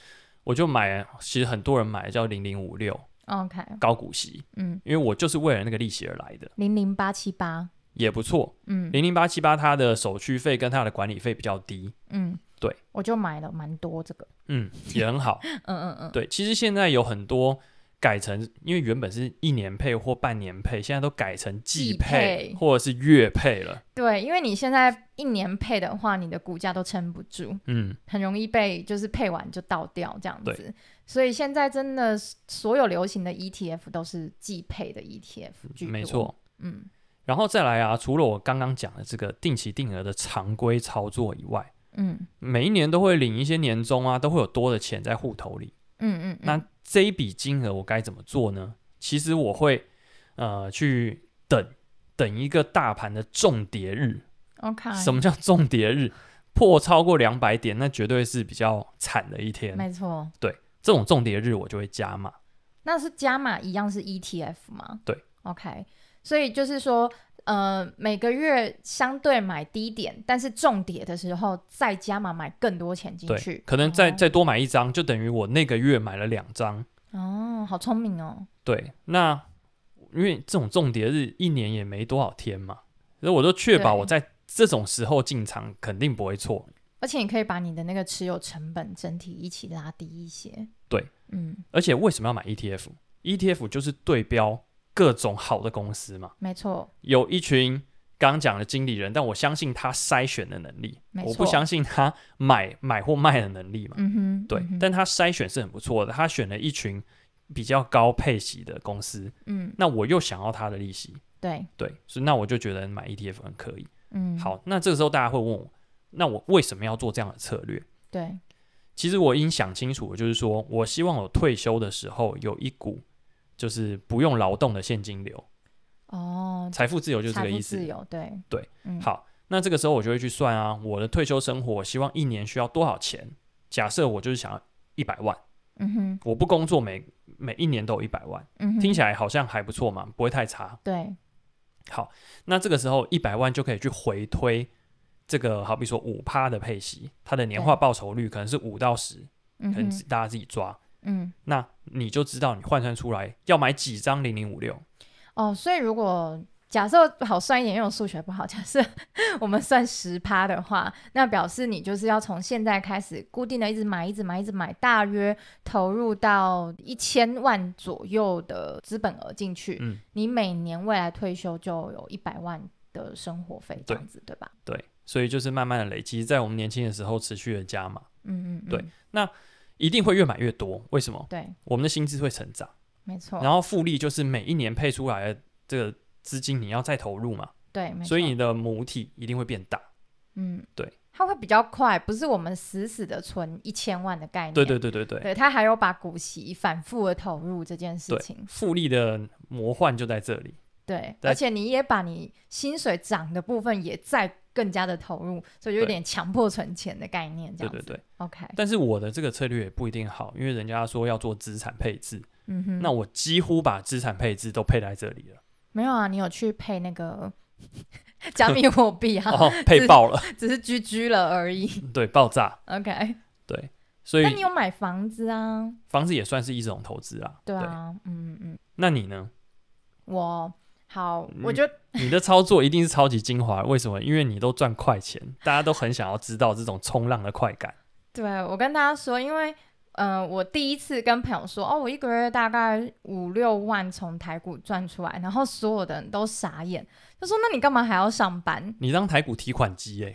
Speaker 2: 我就买，其实很多人买的叫零零五六
Speaker 1: OK，
Speaker 2: 高股息，
Speaker 1: 嗯，
Speaker 2: 因为我就是为了那个利息而来的，
Speaker 1: 零零八七八，
Speaker 2: 也不错。
Speaker 1: 嗯
Speaker 2: 零零八七八它的手续费跟它的管理费比较低，
Speaker 1: 嗯，
Speaker 2: 对，
Speaker 1: 我就买了蛮多这个，
Speaker 2: 嗯，也很好。
Speaker 1: 嗯嗯嗯，
Speaker 2: 对，其实现在有很多改成，因为原本是一年配或半年配，现在都改成季
Speaker 1: 季配
Speaker 2: 或者是月配了。
Speaker 1: 对，因为你现在一年配的话，你的股价都撑不住，
Speaker 2: 嗯，
Speaker 1: 很容易被就是配完就倒掉这样
Speaker 2: 对
Speaker 1: 子。所以现在真的是所有流行的 ETF 都是季配的 ETF 居多。
Speaker 2: 没错。。
Speaker 1: 嗯
Speaker 2: 然后再来啊，除了我刚刚讲的这个定期定额的常规操作以外，
Speaker 1: 嗯
Speaker 2: 每一年都会领一些年终啊，都会有多的钱在户头里。
Speaker 1: 嗯嗯。
Speaker 2: 那这一笔金额我该怎么做呢？其实我会呃去等等一个大盘的重叠日，
Speaker 1: 嗯 OK，
Speaker 2: 什么叫重叠日？破超过两百点，那绝对是比较惨的一天。
Speaker 1: 没错，
Speaker 2: 这种重叠日我就会加码。
Speaker 1: 那是加码一样是 ETF 吗？
Speaker 2: 对
Speaker 1: ，OK。所以就是说，呃，每个月相对买低点，但是重点的时候再加码买更多钱进
Speaker 2: 对
Speaker 1: 去，。
Speaker 2: 可能再
Speaker 1: 哦
Speaker 2: 再多买一张，就等于我那个月买了两张。
Speaker 1: 哦，好聪明哦。
Speaker 2: 对，那因为这种重叠日一年也没多少天嘛，所以我都确保
Speaker 1: 对
Speaker 2: 我在这种时候进场肯定不会错。
Speaker 1: 而且你可以把你的那个持有成本整体一起拉低一些。
Speaker 2: 对，
Speaker 1: 嗯，
Speaker 2: 而且为什么要买 E ETF？ETF 就是对标各种好的公司嘛，
Speaker 1: 没错，
Speaker 2: 有一群刚刚讲的经理人，但我相信他筛选的能力
Speaker 1: 没，错
Speaker 2: 我不相信他买买或卖的能力嘛。
Speaker 1: 嗯哼，
Speaker 2: 对
Speaker 1: 嗯，哼
Speaker 2: 但他筛选是很不错的，他选了一群比较高配息的公司，
Speaker 1: 嗯，
Speaker 2: 那我又想要他的利息，
Speaker 1: 对，
Speaker 2: 对，所以那我就觉得买 ETF 很可以。
Speaker 1: 嗯，，
Speaker 2: 好，那这个时候大家会问我，那我为什么要做这样的策略？
Speaker 1: 对，
Speaker 2: 其实我已经想清楚了，就是说我希望我退休的时候有一股就是不用劳动的现金流，
Speaker 1: 哦，
Speaker 2: 财富自由就是这
Speaker 1: 财
Speaker 2: 个
Speaker 1: 富
Speaker 2: 意
Speaker 1: 自
Speaker 2: 思。
Speaker 1: 由，对，
Speaker 2: 对，
Speaker 1: 嗯，，
Speaker 2: 好，那这个时候我就会去算啊，我的退休生活，我希望一年需要多少钱？假设我就是想要一百万，
Speaker 1: 嗯哼，
Speaker 2: 我不工作每每一年都有一百万。
Speaker 1: 嗯哼，
Speaker 2: 听起
Speaker 1: 来
Speaker 2: 来好像还不错嘛，不会太差。
Speaker 1: 对，
Speaker 2: 好，那这个时候一百万就可以去回推这个，好比说五趴的配息，它的年化报酬率可能是五到十，
Speaker 1: 嗯
Speaker 2: 可能
Speaker 1: 哼，
Speaker 2: 大家自己抓。
Speaker 1: 嗯，
Speaker 2: 那你就知道你换算出来要买几张零零五六，
Speaker 1: 哦，所以如果假设好算一点，因为我数学不好，假 设我们算十趴的话，那表示你就是要从现在开始固定的一直买，一直买，一直买，大约投入到一千万左右的资本额进去，
Speaker 2: 嗯，
Speaker 1: 你每年未来退休就有一百万的生活费这
Speaker 2: 对
Speaker 1: 样子，对吧？
Speaker 2: 对，所以就是慢慢的累积，在我们年轻的时候持续的加码，
Speaker 1: 嗯嗯，嗯
Speaker 2: 对一定会越买越多。为什么？
Speaker 1: 对，
Speaker 2: 我们的薪资会成长，
Speaker 1: 没错，
Speaker 2: 然后复利就是每一年配出来的这个资金你要再投入嘛，
Speaker 1: 对，没错
Speaker 2: 所以你的母体一定会变大。
Speaker 1: 嗯，
Speaker 2: 对，
Speaker 1: 它会比较快，不是我们死死的存一千万的概念，
Speaker 2: 对对对对对
Speaker 1: 对，。它还有把股息反复的投入这件事
Speaker 2: 对
Speaker 1: 情，
Speaker 2: 复利的魔幻就在这里。
Speaker 1: 对，
Speaker 2: 对
Speaker 1: 而且你也把你薪水涨的部分也再更加的投入，所以有
Speaker 2: 对
Speaker 1: 点强迫存钱的概念，这
Speaker 2: 对
Speaker 1: 样子
Speaker 2: 对对，
Speaker 1: ，OK，
Speaker 2: 但是我的这个策略也不一定好，因为人家说要做资产配置，
Speaker 1: 嗯哼，
Speaker 2: 那我几乎把资产配置都配在这里 了，
Speaker 1: 没有啊，你有去配那 个加密货币啊，
Speaker 2: 哦，配爆了，
Speaker 1: 只是居居了而已
Speaker 2: 对，爆炸，
Speaker 1: ，OK。
Speaker 2: 对，所以
Speaker 1: 那你有买房子啊？
Speaker 2: 房子也算是一种投资啊。
Speaker 1: 对啊，嗯嗯，
Speaker 2: 那你呢？
Speaker 1: 我好，
Speaker 2: 嗯
Speaker 1: 我觉得
Speaker 2: 你的操作一定是超级精华，为什么？因为你都赚快钱，大家都很想要知道这种冲浪的快感。
Speaker 1: 对我跟大家说，因为呃，我第一次跟朋友说，哦，我一个月大概五六万从台股赚出来，然后所有的人都傻眼，就说那你干嘛还要上班？
Speaker 2: 你当台股提款机哎、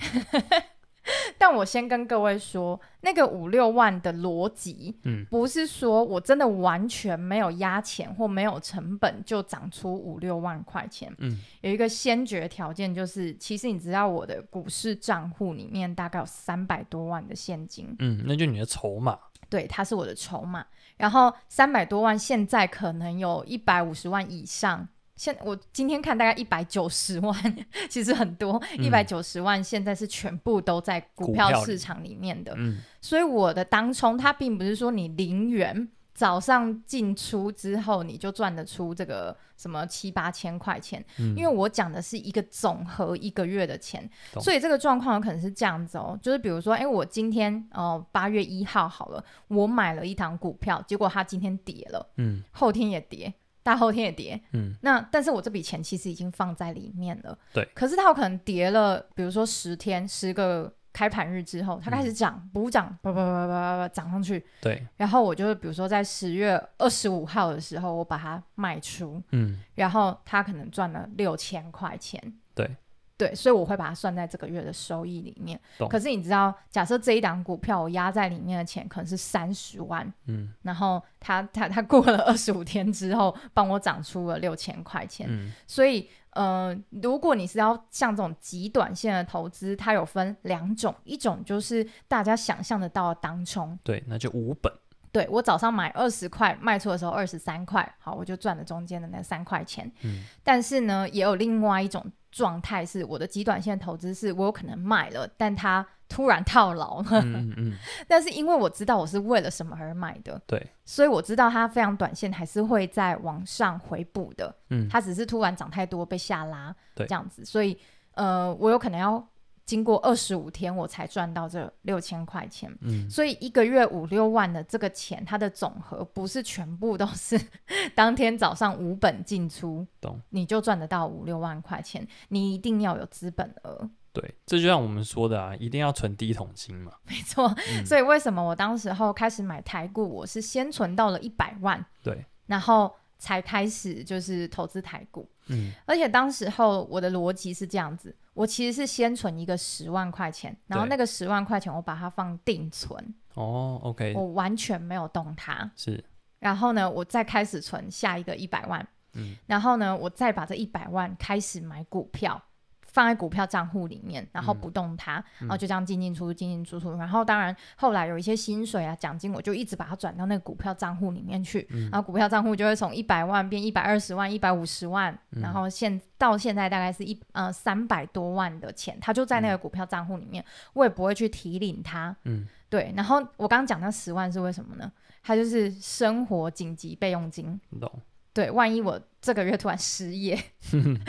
Speaker 1: 但我先跟各位说，那个五六万的逻辑，
Speaker 2: 嗯
Speaker 1: 不是说我真的完全没有压钱或没有成本就涨出五六万块钱。
Speaker 2: 嗯，
Speaker 1: 有一个先决条件就是，其实你知道我的股市账户里面大概有三百多万的现金，
Speaker 2: 嗯，那就你的筹码，
Speaker 1: 对，它是我的筹码。然后三百多万现在可能有一百五十万以上，现我今天看大概一百九十万，其实很多，一百九十万现在是全部都在股
Speaker 2: 嗯股
Speaker 1: 票
Speaker 2: 票
Speaker 1: 市
Speaker 2: 里
Speaker 1: 场里面的。
Speaker 2: 嗯
Speaker 1: 所以我的当冲，它并不是说你零元早上进出之后你就赚得出这个什么七八千块钱，
Speaker 2: 嗯，
Speaker 1: 因为我讲的是一个总和一个月的钱，
Speaker 2: 懂
Speaker 1: 所以这个状况有可能是这样子哦，就是比如说，哎、我今天哦八月一号好了，我买了一档股票，结果它今天跌了，
Speaker 2: 嗯
Speaker 1: 后天也跌，大后天也跌，
Speaker 2: 嗯
Speaker 1: 那但是我这笔钱其实已经放在里面了，
Speaker 2: 对
Speaker 1: 可是它有可能跌了，比如说十天、十个开盘日之后，它
Speaker 2: 嗯
Speaker 1: 开始涨，补涨，叭叭叭叭叭叭涨上去，
Speaker 2: 对，
Speaker 1: 然后我就是比如说在十月二十五号的时候，我把它卖出，
Speaker 2: 嗯
Speaker 1: 然后他可能赚了六千块钱。
Speaker 2: 对
Speaker 1: 对，所以我会把它算在这个月的收益里面。
Speaker 2: 懂
Speaker 1: 可是你知道，假设这一档股票我压在里面的钱可能是三十万，
Speaker 2: 嗯
Speaker 1: 然后他他他过了二 十五天之后帮我涨出了六千块钱。
Speaker 2: 嗯
Speaker 1: 所以，呃，如果你是要像这种极短线的投资，它有分两种，一种就是大家想象得到的当冲，
Speaker 2: 对，那就五 本，
Speaker 1: 对我早上买二十块，卖出的时候二十三块，好，我就赚了中间的那三块钱。
Speaker 2: 嗯
Speaker 1: 但是呢，也有另外一种状态是，我的极短线投资是我有可能卖了，但它突然套牢了。
Speaker 2: 嗯嗯嗯，
Speaker 1: 但是因为我知道我是为了什么而买的，
Speaker 2: 对，
Speaker 1: 所以我知道它非常短线还是会在往上回补的，
Speaker 2: 嗯
Speaker 1: 它只是突然涨太多被下拉，
Speaker 2: 对
Speaker 1: 这样子，所以呃，我有可能要经过二十五天我才赚到这六千块钱。
Speaker 2: 嗯
Speaker 1: 所以一个月五六万的这个钱，它的总和不是全部都是 当天早上无本进出，
Speaker 2: 懂
Speaker 1: 你就赚得到五六万块钱。你一定要有资本额，
Speaker 2: 对，这就像我们说的啊，一定要存第一桶金嘛，
Speaker 1: 没错。
Speaker 2: 嗯
Speaker 1: 所以为什么我当时候开始买台股，我是先存到了一百万，
Speaker 2: 对，
Speaker 1: 然后才开始就是投资台股。
Speaker 2: 嗯
Speaker 1: 而且当时候我的逻辑是这样子，我其实是先存一个十万块钱，然后
Speaker 2: 对
Speaker 1: 那个十万块钱我把它放定存，
Speaker 2: 哦，OK，
Speaker 1: 我完全没有动它。
Speaker 2: 是，
Speaker 1: 然后呢，我再开始存下一个一百万，
Speaker 2: 嗯
Speaker 1: 然后呢，我再把这一百万开始买股票，放在股票账户里面，然后不动它，然后就这样进进出出，进进出出。然后当然后来有一些薪水啊、奖金，我就一直把它转到那个股票账户里面去，然后股票账户就会从一百万变一百二十万、一百五十万，然后现到现在大概是一呃三百多万的钱，它就在那个股票账户里面，我也不会去提领它，
Speaker 2: 嗯
Speaker 1: 对，然后我刚刚讲那十万是为什么呢？它就是生活紧急备用金。
Speaker 2: 懂，
Speaker 1: 对，万一我这个月突然失 业，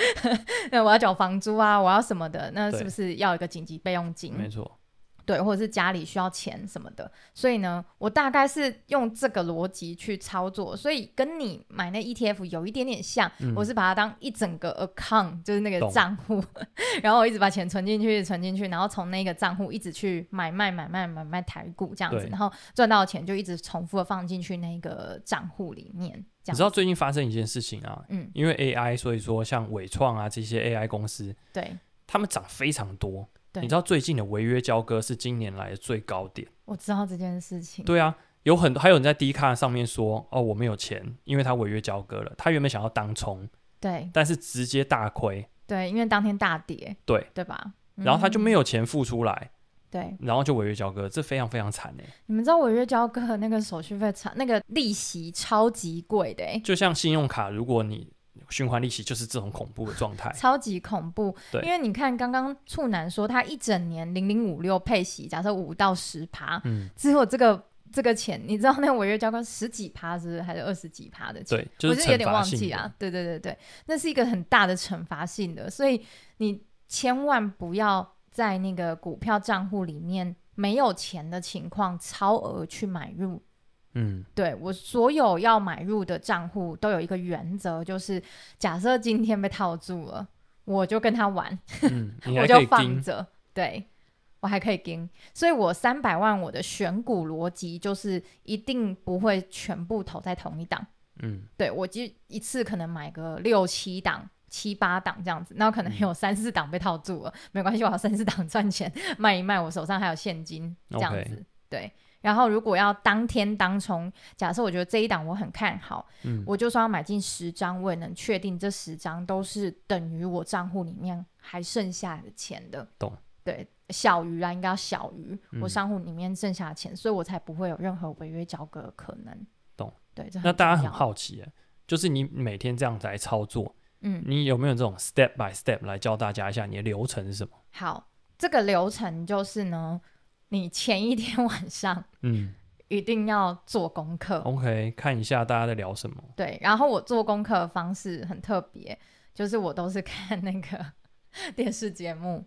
Speaker 1: 那我要缴房租啊，我要什么的，那
Speaker 2: 对
Speaker 1: 是不是要一个紧急备用
Speaker 2: 没
Speaker 1: 金？
Speaker 2: 错，
Speaker 1: 对，或者是家里需要钱什么的。所以呢，我大概是用这个逻辑去操作，所以跟你买那 ETF 有一点点像。
Speaker 2: 嗯
Speaker 1: 我是把它当一整个 account，就是那个
Speaker 2: 懂
Speaker 1: 账户， 然后我一直把钱存进去，存进去，然后从那个账户一直去买卖、买卖、买卖台股这样子，
Speaker 2: 对
Speaker 1: 然后赚到的钱就一直重复的放进去那个账户里面，这样
Speaker 2: 你知道最近发生一件事情啊，
Speaker 1: 嗯，
Speaker 2: 因为 AI，所以说像伟创啊这些 AI 公司，
Speaker 1: 对，
Speaker 2: 他们涨非常多。
Speaker 1: 对
Speaker 2: 你知道最近的违约交割是今年来的最高点。
Speaker 1: 我知道这件事情，
Speaker 2: 对啊，有很多还有人在 D 卡上面说，哦，我没有钱，因为他违约交割了。他原本想要当冲，
Speaker 1: 对
Speaker 2: 但是直接大亏，
Speaker 1: 对，因为当天大跌，
Speaker 2: 对，
Speaker 1: 对吧？
Speaker 2: 然后他就没
Speaker 1: 有、
Speaker 2: 有钱付出来，
Speaker 1: 对，
Speaker 2: 然后就违约交割，这非常非常惨哎。
Speaker 1: 你们知道违约交割的那个手续费差，那个利息超级贵的、欸，，
Speaker 2: 就像信用卡，如果你循环利息就是这种恐怖的状态
Speaker 1: 超级恐怖。
Speaker 2: 对
Speaker 1: 因为你看刚刚处男说他一整年零零五六配息，假设五到十趴，
Speaker 2: 嗯，
Speaker 1: 只有这个这个钱，你知道那违约交割十几趴是不是，还是二十几趴的钱？
Speaker 2: 对，就
Speaker 1: 我
Speaker 2: 是
Speaker 1: 是有
Speaker 2: 惩
Speaker 1: 点
Speaker 2: 罚
Speaker 1: 忘
Speaker 2: 性
Speaker 1: 记
Speaker 2: 的
Speaker 1: 啊。。对对对对，那是一个很大的惩罚性的，所以你千万不要在那个股票账户里面没有钱的情况超额去买入
Speaker 2: 嗯，
Speaker 1: 对我所有要买入的账户都有一个原则，就是假设今天被套住了，我就跟他玩，
Speaker 2: 嗯， 你
Speaker 1: 我
Speaker 2: 还可
Speaker 1: 就
Speaker 2: 以
Speaker 1: 放
Speaker 2: 盯，
Speaker 1: 着，对我还可以跟。所以我三百万我的选股逻辑就是一定不会全部投在同一档，
Speaker 2: 嗯
Speaker 1: 对我就一次可能买个六七档，七八档这样子，那可
Speaker 2: 嗯
Speaker 1: 能有三四档被套住了，没关系，我要三四档 赚钱卖一卖，我手上还有现金这样
Speaker 2: OK
Speaker 1: 子对。然后如果要当天当冲，假设我觉得这一档我很看好，
Speaker 2: 嗯
Speaker 1: 我就算要买进十张，我也能确定这十张都是等于我账户里面还剩下的钱的。
Speaker 2: 懂？
Speaker 1: 对，小于啊，应该要小于、我
Speaker 2: 嗯
Speaker 1: 账户里面剩下的钱，所以我才不会有任何违约交割的可能。
Speaker 2: 懂？
Speaker 1: 对，这
Speaker 2: 那大家
Speaker 1: 重
Speaker 2: 很
Speaker 1: 要，
Speaker 2: 好奇耶，就是你每天这样子来操作，
Speaker 1: 嗯，
Speaker 2: 你有没有这种 step by step 来教大家一下你的流程是什么？
Speaker 1: 好，这个流程就是呢，你前一天晚上
Speaker 2: 嗯
Speaker 1: 一定要做功课。
Speaker 2: ，OK，看一下大家在聊什么。
Speaker 1: 对，然后我做功课的方式很特别，就是我都是看那个 电视节目，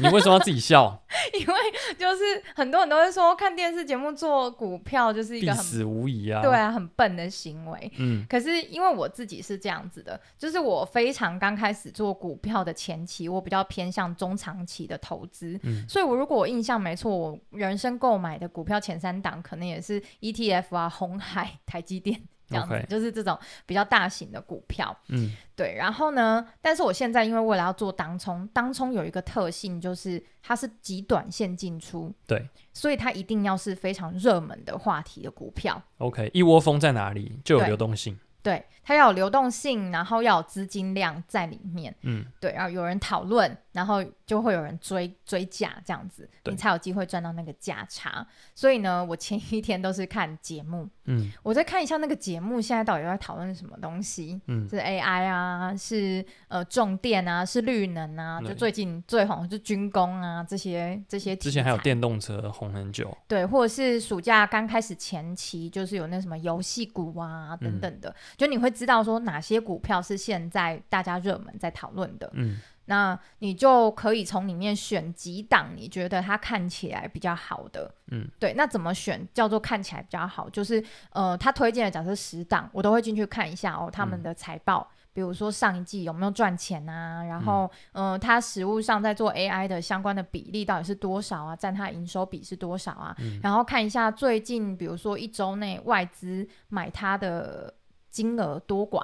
Speaker 2: 你为什么要自己笑？
Speaker 1: 因为就是很多人都会说看电视节目做股票就是 一
Speaker 2: 必
Speaker 1: 个很
Speaker 2: 死无疑啊！
Speaker 1: 对，啊很笨的行为。
Speaker 2: 嗯
Speaker 1: 可是因为我自己是这样子的，就是我非常刚开始做股票的前期，我比较偏向中长期的投资。
Speaker 2: 嗯
Speaker 1: 所以，我如果我印象没错，我人生购买的股票前三档可能也是 ETF 啊、红海、 台积电这样子
Speaker 2: OK
Speaker 1: 就是这种比较大型的股票。
Speaker 2: 嗯，
Speaker 1: 对，然后呢，但是我现在因为为了要做当冲，当冲有一个特性就是它是极短线进出，
Speaker 2: 对
Speaker 1: 所以它一定要是非常热门的话题的股票。
Speaker 2: ，OK，一窝蜂在哪里就有
Speaker 1: 对
Speaker 2: 流动性。
Speaker 1: 对，它要有流动性，然后要有资金量在里面，
Speaker 2: 嗯，
Speaker 1: 对，然后有人讨论，然后就会有人追追价这样子，
Speaker 2: 对
Speaker 1: 你才有机会赚到那个价差。所以呢，我前一天都是看节目，
Speaker 2: 嗯
Speaker 1: 我再看一下那个节目现在到底在讨论什么东西，
Speaker 2: 嗯
Speaker 1: 是 AI 啊，是呃重电啊，是绿能啊，就
Speaker 2: 对
Speaker 1: 最近最红是军工啊这些这些题材。
Speaker 2: 之前还有电动车红很久，
Speaker 1: 对，或者是暑假刚开始前期，就是有那什么游戏股啊
Speaker 2: 嗯
Speaker 1: 等等的，就你会知道说哪些股票是现在大家热门在讨论的，
Speaker 2: 嗯
Speaker 1: 那你就可以从里面选几档你觉得它看起来比较好的。
Speaker 2: 嗯，
Speaker 1: 对，那怎么选叫做看起来比较好？就是呃，他推荐的假设十档，我都会进去看一下哦，他
Speaker 2: 嗯
Speaker 1: 们的财报。比如说上一季有没有赚钱啊？然后，嗯、呃，它实物上在做 AI 的相关的比例到底是多少啊？占它营收比是多少啊？
Speaker 2: 嗯
Speaker 1: 然后看一下最近，比如说一周内外资买它的金额多寡，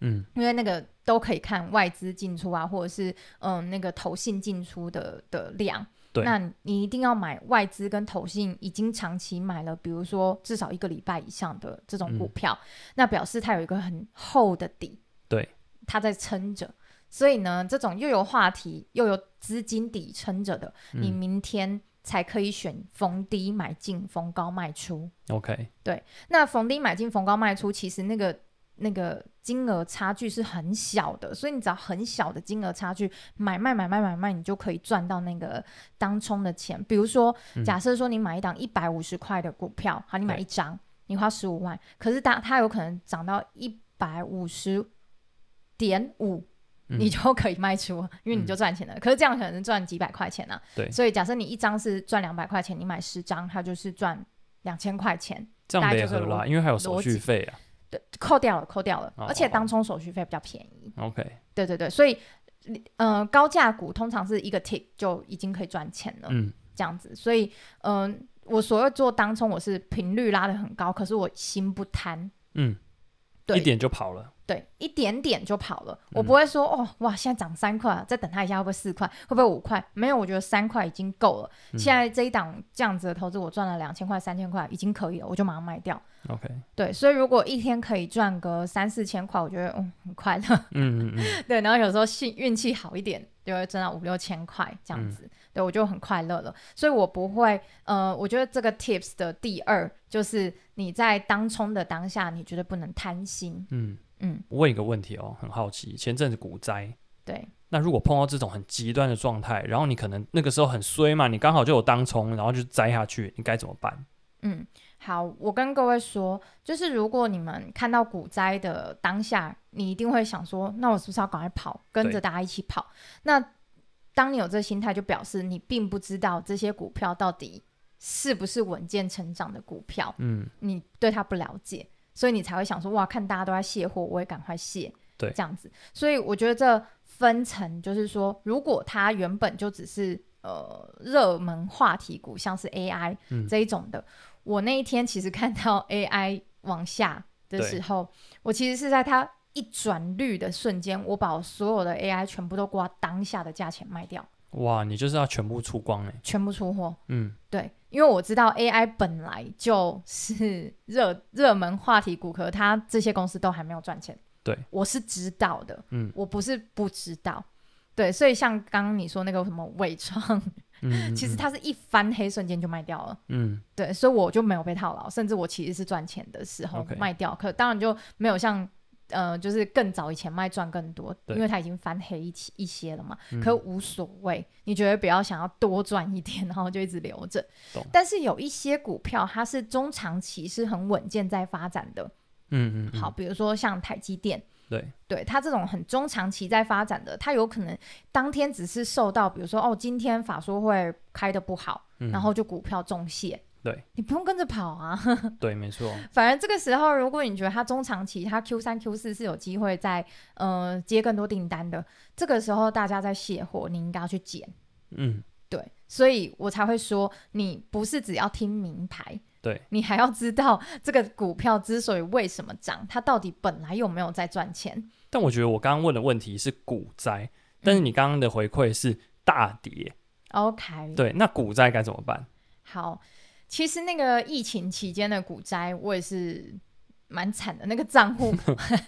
Speaker 2: 嗯
Speaker 1: 因为那个都可以看外资进出啊，或者是嗯那个投信进出的的量。
Speaker 2: 对
Speaker 1: 那你一定要买外资跟投信已经长期买了，比如说至少一个礼拜以上的这种股票，那表示它有一个很厚的底，
Speaker 2: 嗯对，
Speaker 1: 它在撑着。所以呢，这种又有话题又有资金底撑着的，你
Speaker 2: 嗯
Speaker 1: 明天才可以选逢低买进，逢高卖出。
Speaker 2: ，OK，
Speaker 1: 那逢低买进，逢高卖出，其实那个那个金额差距是很小的，所以你只要很小的金额差距买卖买卖买卖，你就可以赚到那个当冲的钱。比如说，
Speaker 2: 嗯
Speaker 1: 假设说你买一档一百五十块的股票，好，你买
Speaker 2: 对
Speaker 1: 一张，你花十五万，可是它它有可能涨到一百五十点五，
Speaker 2: 嗯
Speaker 1: 你就可以卖出了，因为你就赚钱了。可是这样可能赚几百块钱啊。
Speaker 2: 对
Speaker 1: 所以假设你一张是赚两百块钱，你买十张，它就是赚两千块钱，
Speaker 2: 这样
Speaker 1: 大概
Speaker 2: 没
Speaker 1: 就是
Speaker 2: 合
Speaker 1: 逻
Speaker 2: 啦，因为还有
Speaker 1: 逻
Speaker 2: 手
Speaker 1: 辑
Speaker 2: 续费啊。
Speaker 1: 对，扣掉了，扣掉了。
Speaker 2: 哦
Speaker 1: 而且当冲手续费比较便宜。
Speaker 2: OK，
Speaker 1: 对对对，所以。呃，高价股通常是一个 tick 就已经可以赚钱了，
Speaker 2: 嗯
Speaker 1: 这样子。所以，嗯、我所谓做当冲，我是频率拉得很高，可是我心不贪，
Speaker 2: 嗯，
Speaker 1: 对
Speaker 2: 一点就跑了。
Speaker 1: 对，一点点就跑了。
Speaker 2: 嗯
Speaker 1: 我不会说、哦，哇，现在涨三块啊，再等它一下会不会四块，会不会五块？没有，我觉得三块已经够了。
Speaker 2: 嗯
Speaker 1: 现在这一档这样子的投资，我赚了两千块、三千块，已经可以了，我就马上卖掉。
Speaker 2: OK，
Speaker 1: 对，所以如果一天可以赚个三四千块，我觉得嗯很快乐。
Speaker 2: 嗯嗯嗯，
Speaker 1: 对，然后有时候幸运气好一点，就会挣到五六千块这样
Speaker 2: 嗯
Speaker 1: 子，对我就很快乐了。所以我不会，呃，我觉得这个 tips 的第二就是你在当冲的当下，你绝对不能贪心。
Speaker 2: 嗯，
Speaker 1: 嗯，
Speaker 2: 我问一个问题哦，很好奇，前阵子股灾，
Speaker 1: 对，
Speaker 2: 那如果碰到这种很极端的状态，然后你可能那个时候很衰嘛，你刚好就有当冲，然后就栽下去，你该怎么办？
Speaker 1: 嗯，好，我跟各位说，就是如果你们看到股灾的当下，你一定会想说，那我是不是要赶快跑，跟
Speaker 2: 对
Speaker 1: 着大家一起跑？那当你有这心态，就表示你并不知道这些股票到底是不是稳健成长的股票。
Speaker 2: 嗯，
Speaker 1: 你对它不了解，所以你才会想说哇，看大家都在卸货，我也赶快卸，
Speaker 2: 对
Speaker 1: 这样子。所以我觉得这分层就是说，如果它原本就只是呃热门话题股，像是 AI、
Speaker 2: 嗯
Speaker 1: 这一种的，我那一天其实看到 AI 往下的时候，我其实是在它一转绿的瞬间，我把我所有的 AI 全部都挂当下的价钱卖掉，
Speaker 2: 哇，你就是要全部出光哎、
Speaker 1: 全部出货。
Speaker 2: 嗯，
Speaker 1: 对，因为我知道 AI 本来就是热热门话题骨科，它这些公司都还没有赚钱。
Speaker 2: 对，
Speaker 1: 我是知道的，
Speaker 2: 嗯
Speaker 1: 我不是不知道。对，所以像刚刚你说那个什么伪创，
Speaker 2: 嗯，
Speaker 1: 其实它是一翻黑瞬间就卖掉了。
Speaker 2: 嗯，
Speaker 1: 对，所以我就没有被套牢，甚至我其实是赚钱的时候
Speaker 2: OK
Speaker 1: 卖掉可当然就没有像呃，就是更早以前卖赚更多，
Speaker 2: 对
Speaker 1: 因为它已经翻黑一起一些了嘛。
Speaker 2: 嗯
Speaker 1: 可无所谓，你觉得比较想要多赚一点，然后就一直留着
Speaker 2: 懂。
Speaker 1: 但是有一些股票，它是中长期是很稳健在发展的。
Speaker 2: 嗯嗯嗯，
Speaker 1: 好，，比如说像台积电，
Speaker 2: 对，
Speaker 1: 对它这种很中长期在发展的，它有可能当天只是受到，比如说哦，今天法说会开的不好，
Speaker 2: 嗯、
Speaker 1: 然后就股票重泻。
Speaker 2: 对，
Speaker 1: 你不用跟着跑啊。
Speaker 2: 对，没错，
Speaker 1: 反而这个时候，如果你觉得它中长期它 Q 三 Q 四是有机会在呃接更多订单的，这个时候大家在卸货，你应该要去捡。
Speaker 2: 嗯，
Speaker 1: 对，所以我才会说，你不是只要听名牌，
Speaker 2: 对，
Speaker 1: 你还要知道这个股票之所以为什么涨，它到底本来有没有在赚钱。
Speaker 2: 但我觉得我刚刚问的问题是股灾，但是你刚刚的回馈是大跌，
Speaker 1: OK，
Speaker 2: 对，那股灾该怎么办？
Speaker 1: 好，其实那个疫情期间的股灾，我也是蛮惨的，那个账 户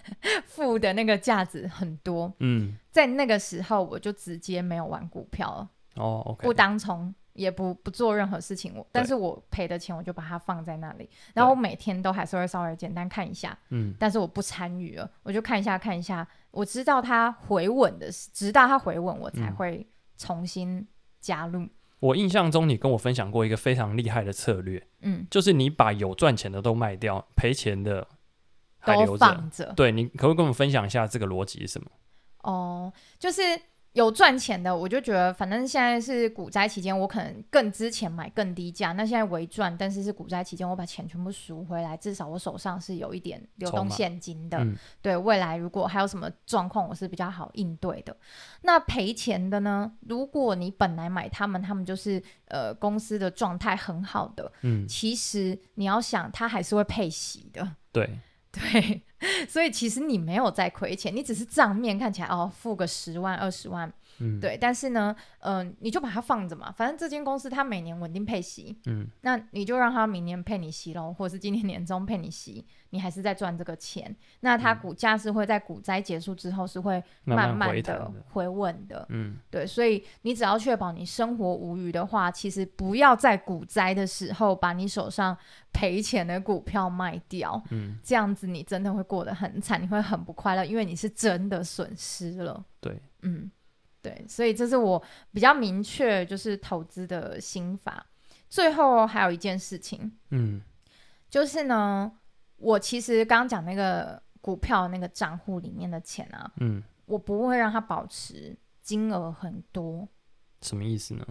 Speaker 1: 负的那个价值很多，
Speaker 2: 嗯，
Speaker 1: 在那个时候我就直接没有玩股票了，
Speaker 2: 哦，OK，
Speaker 1: 不当从。也不不做任何事情，我但是我赔的钱我就把它放在那里，然后我每天都还是会稍微简单看一下，
Speaker 2: 嗯
Speaker 1: 但是我不参与了，我就看一下看一下，我知道它回稳的时，直到它回稳，我才
Speaker 2: 嗯
Speaker 1: 会重新加入。
Speaker 2: 我印象中，你跟我分享过一个非常厉害的策略，
Speaker 1: 嗯，
Speaker 2: 就是你把有赚钱的都卖掉，赔钱的还
Speaker 1: 都
Speaker 2: 留着。
Speaker 1: 放着
Speaker 2: 对你可不可以跟我们分享一下这个逻辑是什么？
Speaker 1: 哦，就是有赚钱的，我就觉得反正现在是股灾期间，我可能更之前买更低价，那现在微赚，但是是股灾期间，我把钱全部赎回来，至少我手上是有一点流
Speaker 2: 筹
Speaker 1: 动
Speaker 2: 码
Speaker 1: 现金的。
Speaker 2: 嗯
Speaker 1: 对未来如果还有什么状况，我是比较好应对的。那赔钱的呢？如果你本来买他们，他们就是呃公司的状态很好的，
Speaker 2: 嗯，
Speaker 1: 其实你要想，它还是会配息的。
Speaker 2: 对，
Speaker 1: 对， 所以其实你没有在亏钱，你只是账面看起来哦，付个十万二十万，
Speaker 2: 嗯，，
Speaker 1: 对。但是呢，嗯、你就把它放着嘛，反正这间公司它每年稳定配息，
Speaker 2: 嗯
Speaker 1: 那你就让它明年配你息喽，或者是今年年终配你息，你还是在赚这个钱。那它
Speaker 2: 嗯
Speaker 1: 股价是会在股灾结束之后是会慢
Speaker 2: 慢
Speaker 1: 慢
Speaker 2: 回弹
Speaker 1: 的
Speaker 2: 的，
Speaker 1: 回稳的，
Speaker 2: 嗯，
Speaker 1: 对。所以你只要确保你生活无虞的话，其实不要在股灾的时候把你手上赔钱的股票卖掉，
Speaker 2: 嗯，
Speaker 1: 这样子你真的会过得很惨，你会很不快乐，因为你是真的损失了。
Speaker 2: 对，
Speaker 1: 嗯，对，所以这是我比较明确就是投资的心法。最后还有一件事情，
Speaker 2: 嗯
Speaker 1: 就是呢，我其实刚刚讲那个股票那个账户里面的钱啊，
Speaker 2: 嗯，
Speaker 1: 我不会让它保持金额很多，
Speaker 2: 什么意思呢？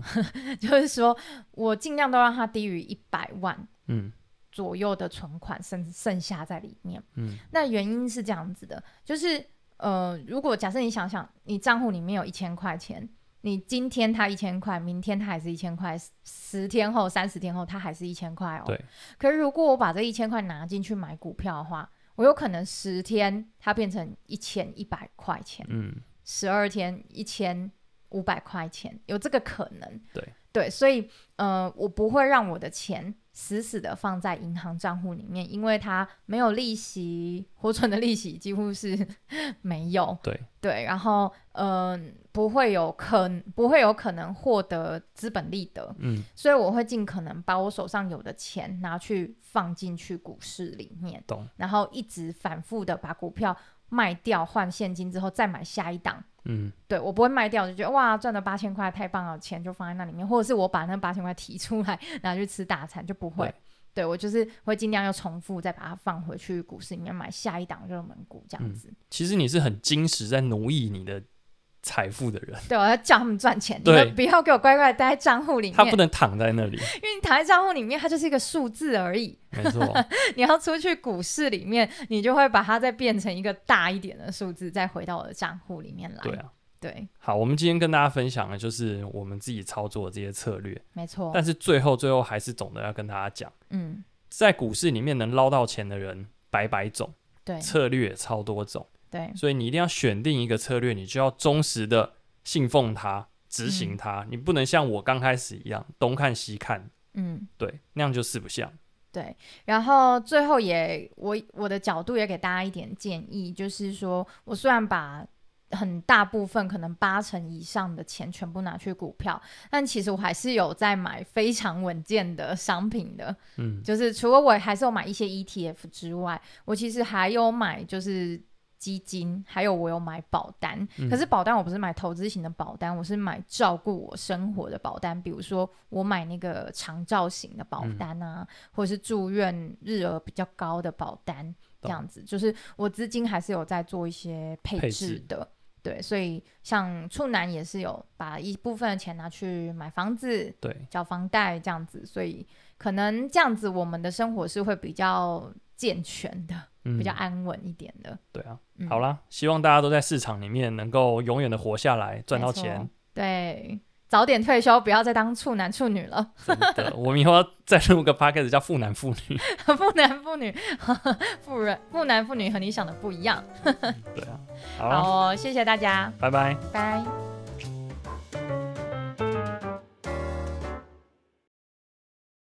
Speaker 1: 就是说我尽量都让它低于一百万
Speaker 2: 嗯
Speaker 1: 左右的存款剩剩下在里面。
Speaker 2: 嗯
Speaker 1: 那原因是这样子的，就是呃，如果假设你想想，你账户里面有一千块钱，你今天它一千块，明天它还是一千块，十十天后、三十天后它还是一千块哦。
Speaker 2: 对。
Speaker 1: 可是如果我把这一千块拿进去买股票的话，我有可能十天它变成一千一百块钱，
Speaker 2: 嗯，
Speaker 1: 十二天一千五百块钱，有这个可能。
Speaker 2: 对
Speaker 1: 对，所以呃，我不会让我的钱死死的放在银行账户里面，因为它没有利息，活存的利息几乎是没有。
Speaker 2: 对
Speaker 1: 对，然后嗯、呃不会有可不会有可能获得资本利得，
Speaker 2: 嗯
Speaker 1: 所以我会尽可能把我手上有的钱拿去放进去股市里面，
Speaker 2: 懂，
Speaker 1: 然后一直反复的把股票卖掉换现金之后再买下一档。
Speaker 2: 嗯
Speaker 1: 对我不会卖掉，就觉得哇赚了八千块太棒了，钱就放在那里面，或者是我把那八千块提出来拿去吃大餐，就不会对
Speaker 2: 对。
Speaker 1: 我就是会尽量要重复，再把它放回去股市里面买下一档热门股这样
Speaker 2: 嗯
Speaker 1: 子。
Speaker 2: 其实你是很精实在奴役你的财富的人，
Speaker 1: 对我要叫他们赚钱，你
Speaker 2: 对
Speaker 1: 们不要给我乖乖地待在账户里
Speaker 2: 他不
Speaker 1: 面，
Speaker 2: 能躺在那 里，
Speaker 1: 因为你躺在账户里面，它就是一个数字而已。
Speaker 2: 没错，
Speaker 1: 你要出去股市里面，你就会把它再变成一个大一点的数字，再回到我的账户里面来。
Speaker 2: 对啊。
Speaker 1: 对
Speaker 2: 好，我们今天跟大家分享的就是我们自己操作的这些策略，
Speaker 1: 没错。
Speaker 2: 但是最后最后还是总的要跟大家讲，
Speaker 1: 嗯，
Speaker 2: 在股市里面能捞到钱的人百百种，
Speaker 1: 对，
Speaker 2: 策略超多种，
Speaker 1: 对，
Speaker 2: 所以你一定要选定一个策略，你就要忠实的信奉它，执行它。你不能像我刚开始一样东看西看，
Speaker 1: 嗯。
Speaker 2: 对，那样就四不像。
Speaker 1: 对，然后最后也我我的角度也给大家一点建议，就是说我虽然把很大部分可能八成以上的钱全部拿去股票，但其实我还是有在买非常稳健的商品的，
Speaker 2: 嗯，
Speaker 1: 就是除了我还是有买一些 ETF 之外，我其实还有买就是。基金，还有我有买保单，
Speaker 2: 嗯
Speaker 1: 可是保单我不是买投资型的保单，我是买照顾我生活的保单，比如说我买那个长照型的保
Speaker 2: 嗯
Speaker 1: 单啊，或者是住院日额比较高的保单，这
Speaker 2: 懂
Speaker 1: 样子，就是我资金还是有在做一些配
Speaker 2: 配
Speaker 1: 置
Speaker 2: 置
Speaker 1: 的。对，所以像处男也是有把一部分的钱拿去买房子、
Speaker 2: 对，
Speaker 1: 缴房贷这样子，所以可能这样子我们的生活是会比较健全的，
Speaker 2: 嗯
Speaker 1: 比较安稳一点的。
Speaker 2: 对啊。
Speaker 1: 嗯
Speaker 2: 好，啦，希望大家都在市场里面能够永远的活下来，赚到
Speaker 1: 没错
Speaker 2: 钱。
Speaker 1: 对，早点退休，不要再当处男处女了，
Speaker 2: 真的，我们以后要再录个 p o d c a s t 叫“妇男妇女
Speaker 1: 妇男妇女、 妇人、妇男妇女和你想的不一样。”。
Speaker 2: 对啊，好啦，
Speaker 1: 好哦，谢谢大家，
Speaker 2: 拜拜。
Speaker 1: 拜。